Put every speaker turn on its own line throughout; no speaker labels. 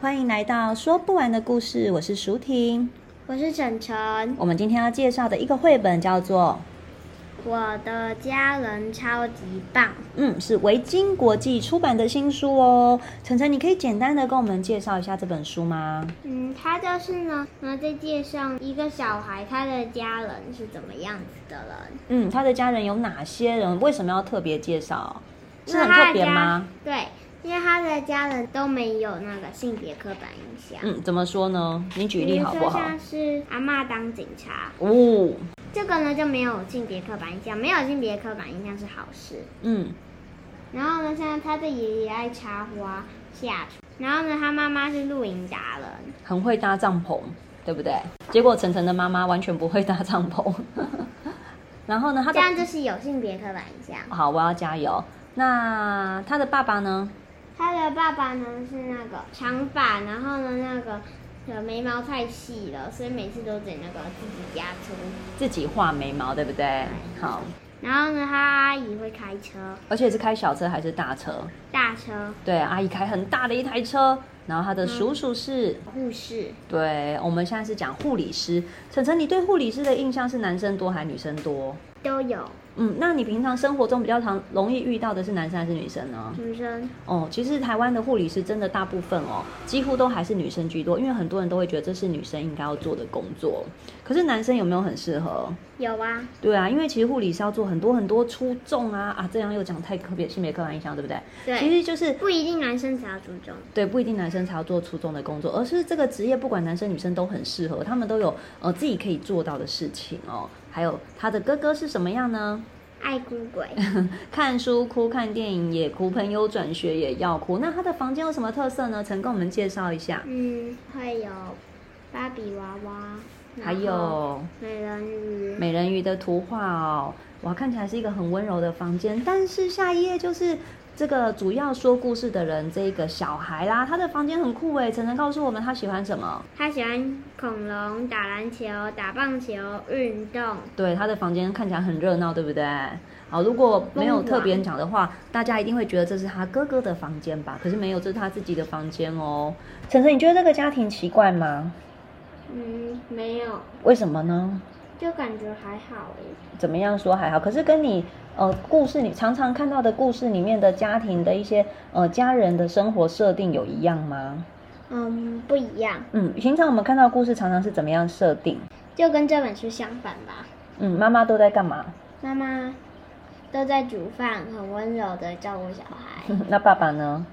欢迎来到说不完的故事，我是舒婷。
我是晨晨，
我们今天要介绍的一个绘本叫做
我的家人超级棒。
《嗯》，是维京国际出版的新书哦。晨晨，你可以简单的跟我们介绍一下这本书吗？
嗯，他就是呢，呢在介绍一个小孩他的家人是怎么样子的人，
嗯，他的家人有哪些人？为什么要特别介绍？是很
因为他
特
的
别
家
吗？？
对，因为他的家人都没有那个性别刻板印象。
嗯，怎么说呢？你举
比
例
如
好不
说
好？
像是阿嬷当警察，
哦，
这个呢就没有性别刻板印象，没有性别刻板印象是好事。
嗯，
然后呢，像他的爷爷爱插花、下厨，然后呢，他妈妈是露营达人。
很会搭帐篷，对不对？结果晨晨的妈妈完全不会搭帐篷。 然后呢，他
这
的
样就是有性别刻板印象。
好，我要加油。那他的爸爸呢？
他的爸爸呢是那个长发，然后呢那个呃眉毛太细了，所以每次都得那个自己压粗。
自己画眉毛，对不对？好，
然后呢，他阿姨会开车，
而且是开小车还是大车？
大车，
对，阿姨开很大的一台车。然后他
嗯
的叔叔是，
护士。
对，我们现在是讲护理师。晨晨，你对护理师的印象是男生多还是女生多？
都有
嗯，那你平常生活中比较常容易遇到的是男生还是女生呢？
女生，
哦，其实台湾的护理师真的大部分哦，几乎都还是女生居多，因为很多人都会觉得这是女生应该要做的工作。可是男生有没有很适合？
有啊，
对啊，因为其实护理是要做很多很多出众啊啊，这样又讲太特别性别刻板印象，对不对？其
对，
实就是
不一定男生才要注重，
对，不一定男生才要做出众的工作，而是这个职业不管男生女生都很适合，他们都有呃自己可以做到的事情哦。还有他的哥哥是什么样呢？
爱哭 鬼，
看书哭，看电影也哭，朋友转学也要哭。那他的房间有什么特色呢？曾跟我们介绍一下。
嗯，会有芭比娃娃，然
还
后
有
美人鱼，
美人鱼的图画哦，哇，看起来是一个很温柔的房间。但是下一页就是这个主要说故事的人，这个小孩啦，他的房间很酷诶。晨晨告诉我们他喜欢什么？
他喜欢恐龙、打篮球、打棒球、运动。
对，他的房间看起来很热闹，对不对？好，如果没有特别讲的话，大家一定会觉得这是他哥哥的房间吧？可是没有，这是他自己的房间哦。晨晨，你觉得这个家庭奇怪吗？
嗯，没有，
为什么呢？
就感觉还好诶。
怎么样说还好，可是跟你呃故事你常常看到的故事里面的家庭的一些呃家人的生活设定有一样吗？
嗯，不一样，
嗯，平常我们看到的故事常常是怎么样设定？
就跟这本书相反吧。
嗯，妈妈都在干嘛？
妈妈都在煮饭，很温柔的照顾小孩，
那爸爸呢？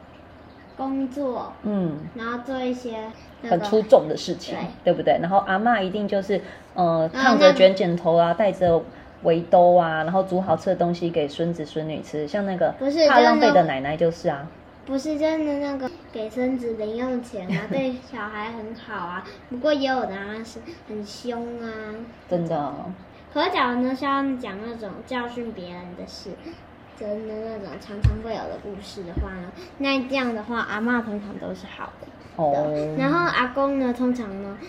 工作，
嗯，
然后做一些那
很
个
出众的事情，对不对？然后阿嬷一定就是呃
啊
烫着卷卷头啊，戴着。围兜啊，然后煮好吃的东西给孙子孙女吃，像那个
不是
怕
就是
浪费
那
的奶奶就是啊，
不是真的那个给孙子零用钱 啊，对小孩很好啊。不过也有的啊是很凶啊。
真的哦、
可假如呢是要讲那种教训别人的事，真的那种常常会有的故事的话呢，那这样的话阿嬷通常都是好的。
哦。
然后阿公呢，通常呢，嗯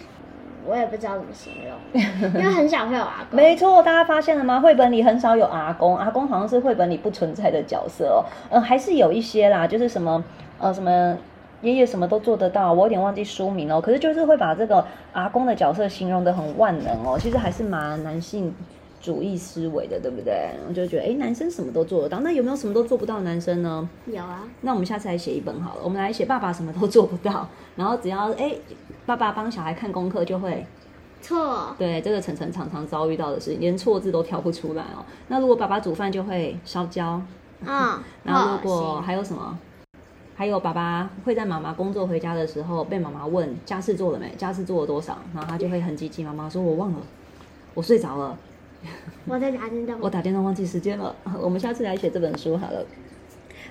我也不知道怎么形 容，因为很少会有阿公。
没错，大家发现了吗？绘本里很少有阿公，阿公好像是绘本里不存在的角色哦。嗯、还是有一些啦，就是什么呃什么爷爷什么都做得到，我有点忘记书名哦。可是就是会把这个阿公的角色形容得很万能哦，其实还是蛮男性。主义思维的，对不对？我就觉得，哎，男生什么都做得到，那有没有什么都做不到的男生呢？
有啊，
那我们下次来写一本好了，我们来写爸爸什么都做不到，然后只要哎，爸爸帮小孩看功课就会
错，
对，这个晨晨常常遭遇到的事情，连错字都挑不出来哦。那如果爸爸煮饭就会烧焦，
嗯，
然后如果
恶心
还有什么，还有爸爸会在妈妈工作回家的时候被妈妈问家事做了没，家事做了多少，然后他就会很积极，妈妈说我忘了，我睡着了，
我在打电动，
我打电话忘记时间了。我们下次来写这本书好了。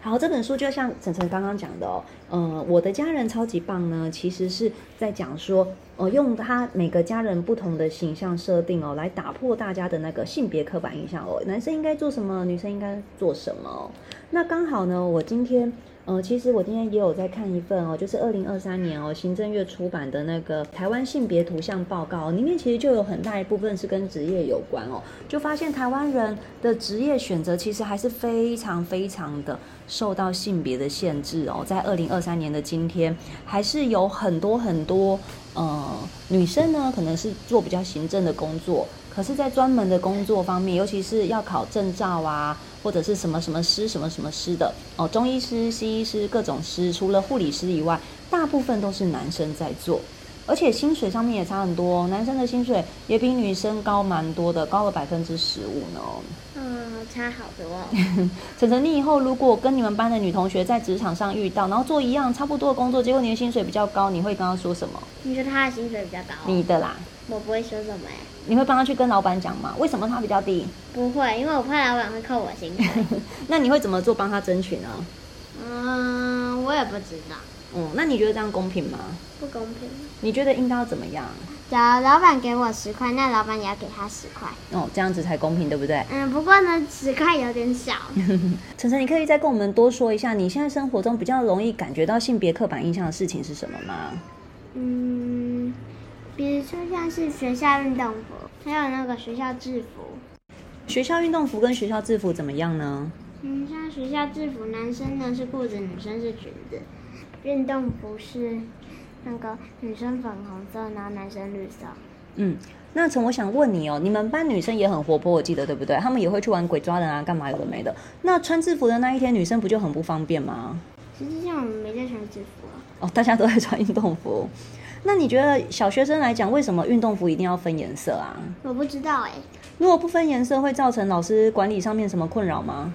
好，这本书就像晨晨刚刚讲的哦，呃，我的家人超级棒呢，其实是在讲说，呃，用他每个家人不同的形象设定哦，来打破大家的那个性别刻板印象哦，男生应该做什么，女生应该做什么哦、那刚好呢，我今天。呃，其实我今天也有在看一份哦，就是二零二三年哦，行政院出版的那个《台湾性别图像报告》哦，里面其实就有很大一部分是跟职业有关哦，就发现台湾人的职业选择其实还是非常非常的受到性别的限制哦，在二零二三年的今天，还是有很多很多呃女生呢，可能是做比较行政的工作，可是，在专门的工作方面，尤其是要考证照啊，或者是什么什么师、什么什么师的哦，中医师、西医师各种师，除了护理师以外，大部分都是男生在做，而且薪水上面也差很多哦、男生的薪水也比女生高蛮多的，高了百分之十五呢。
嗯，差好多 哦。
晨晨，你以后如果跟你们班的女同学在职场上遇到，然后做一样差不多的工作，结果你的薪水比较高，你会跟她说什么？
你说他的薪水比较高、
你的啦，
我不会说什么哎、
你会帮她去跟老板讲吗？为什么她比较低？
不会，因为我怕老板会扣我薪 水。
那你会怎么做帮她争取呢？
嗯，我也不知道，
嗯，那你觉得这样公平吗？
不公平。
你觉得应该要怎么样？
假如老板给我十块，那老板也要给他十块。
哦，这样子才公平，对不对？
嗯，不过呢，十块有点 少。
晨晨，你可以再跟我们多说一下，你现在生活中比较容易感觉到性别刻板印象的事情是什么吗？
嗯，比如说像是学校运动服，还有那个学校制服。
学校运动服跟学校制服怎么样呢？
嗯，像学校制服，男生呢是裤子，女生是裙子；运动服是那个女生粉红色，然后男生绿色。
嗯，那陈，我想问你哦，你们班女生也很活泼，我记得对不对？她们也会去玩鬼抓人啊，干嘛有的没的。那穿制服的那一天，女生不就很不方便吗？
实际上我们没在穿制服啊。
哦，大家都在穿运动服。那你觉得小学生来讲，为什么运动服一定要分颜色啊？
我不知道哎、
如果不分颜色，会造成老师管理上面什么困扰吗？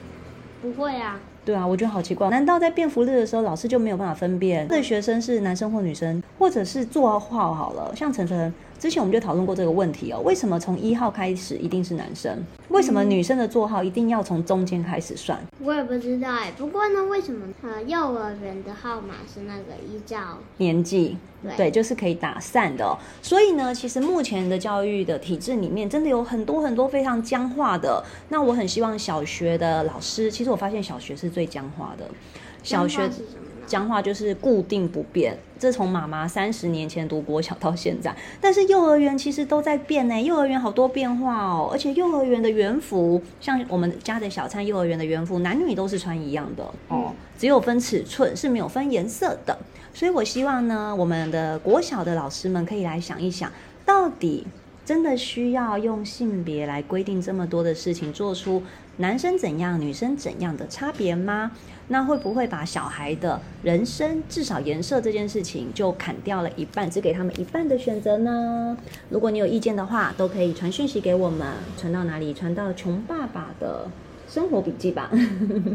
不会啊，
对啊，我觉得好奇怪，难道在便服日的时候，老师就没有办法分辨这个学生是男生或女生，或者是座号好了？像晨晨之前我们就讨论过这个问题哦，为什么从一号开始一定是男生？为什么女生的座号一定要从中间开始算？
我也不知道哎、不过呢，为什么呃幼儿园的号码是那个依照
年纪，
对
就是可以打散的哦、所以呢，其实目前的教育的体制里面，真的有很多很多非常僵化的。那我很希望小学的老师，其实我发现小学是最僵化的，小学
中华是什么呢？
僵化就是固定不变，这从妈妈三十年前读国小到现在，但是幼儿园其实都在变呢，幼儿园好多变化哦，而且幼儿园的园服，像我们家的小餐幼儿园的园服，男女都是穿一样的哦，只有分尺寸是没有分颜色的，所以我希望呢，我们的国小的老师们可以来想一想，到底真的需要用性别来规定这么多的事情，做出男生怎样、女生怎样的差别吗？那会不会把小孩的人生至少颜色这件事情就砍掉了一半，只给他们一半的选择呢？如果你有意见的话，都可以传讯息给我们，传到哪里？传到穷爸爸的。生活笔记吧。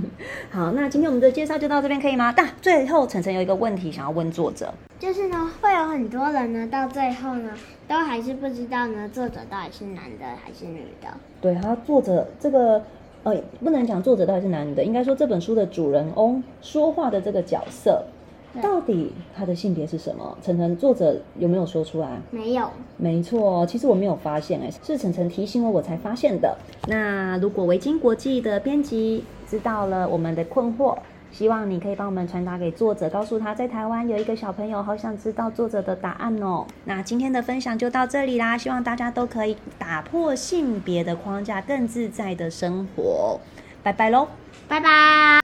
好，那今天我们的介绍就到这边，可以吗？但最后晨晨有一个问题想要问作者，
就是呢，会有很多人呢，到最后呢，都还是不知道呢，作者到底是男的还是女的。
对，他作者这个呃，不能讲作者到底是男女的，应该说这本书的主人翁说话的这个角色，
对
到底他的性别是什么？晨晨，作者有没有说出来？
没有，
没错，其实我没有发现、哎，是晨晨提醒我，我才发现的。那如果维京国际的编辑知道了我们的困惑，希望你可以帮我们传达给作者，告诉他在台湾有一个小朋友好想知道作者的答案哦。那今天的分享就到这里啦，希望大家都可以打破性别的框架，更自在的生活。拜拜喽。
拜拜。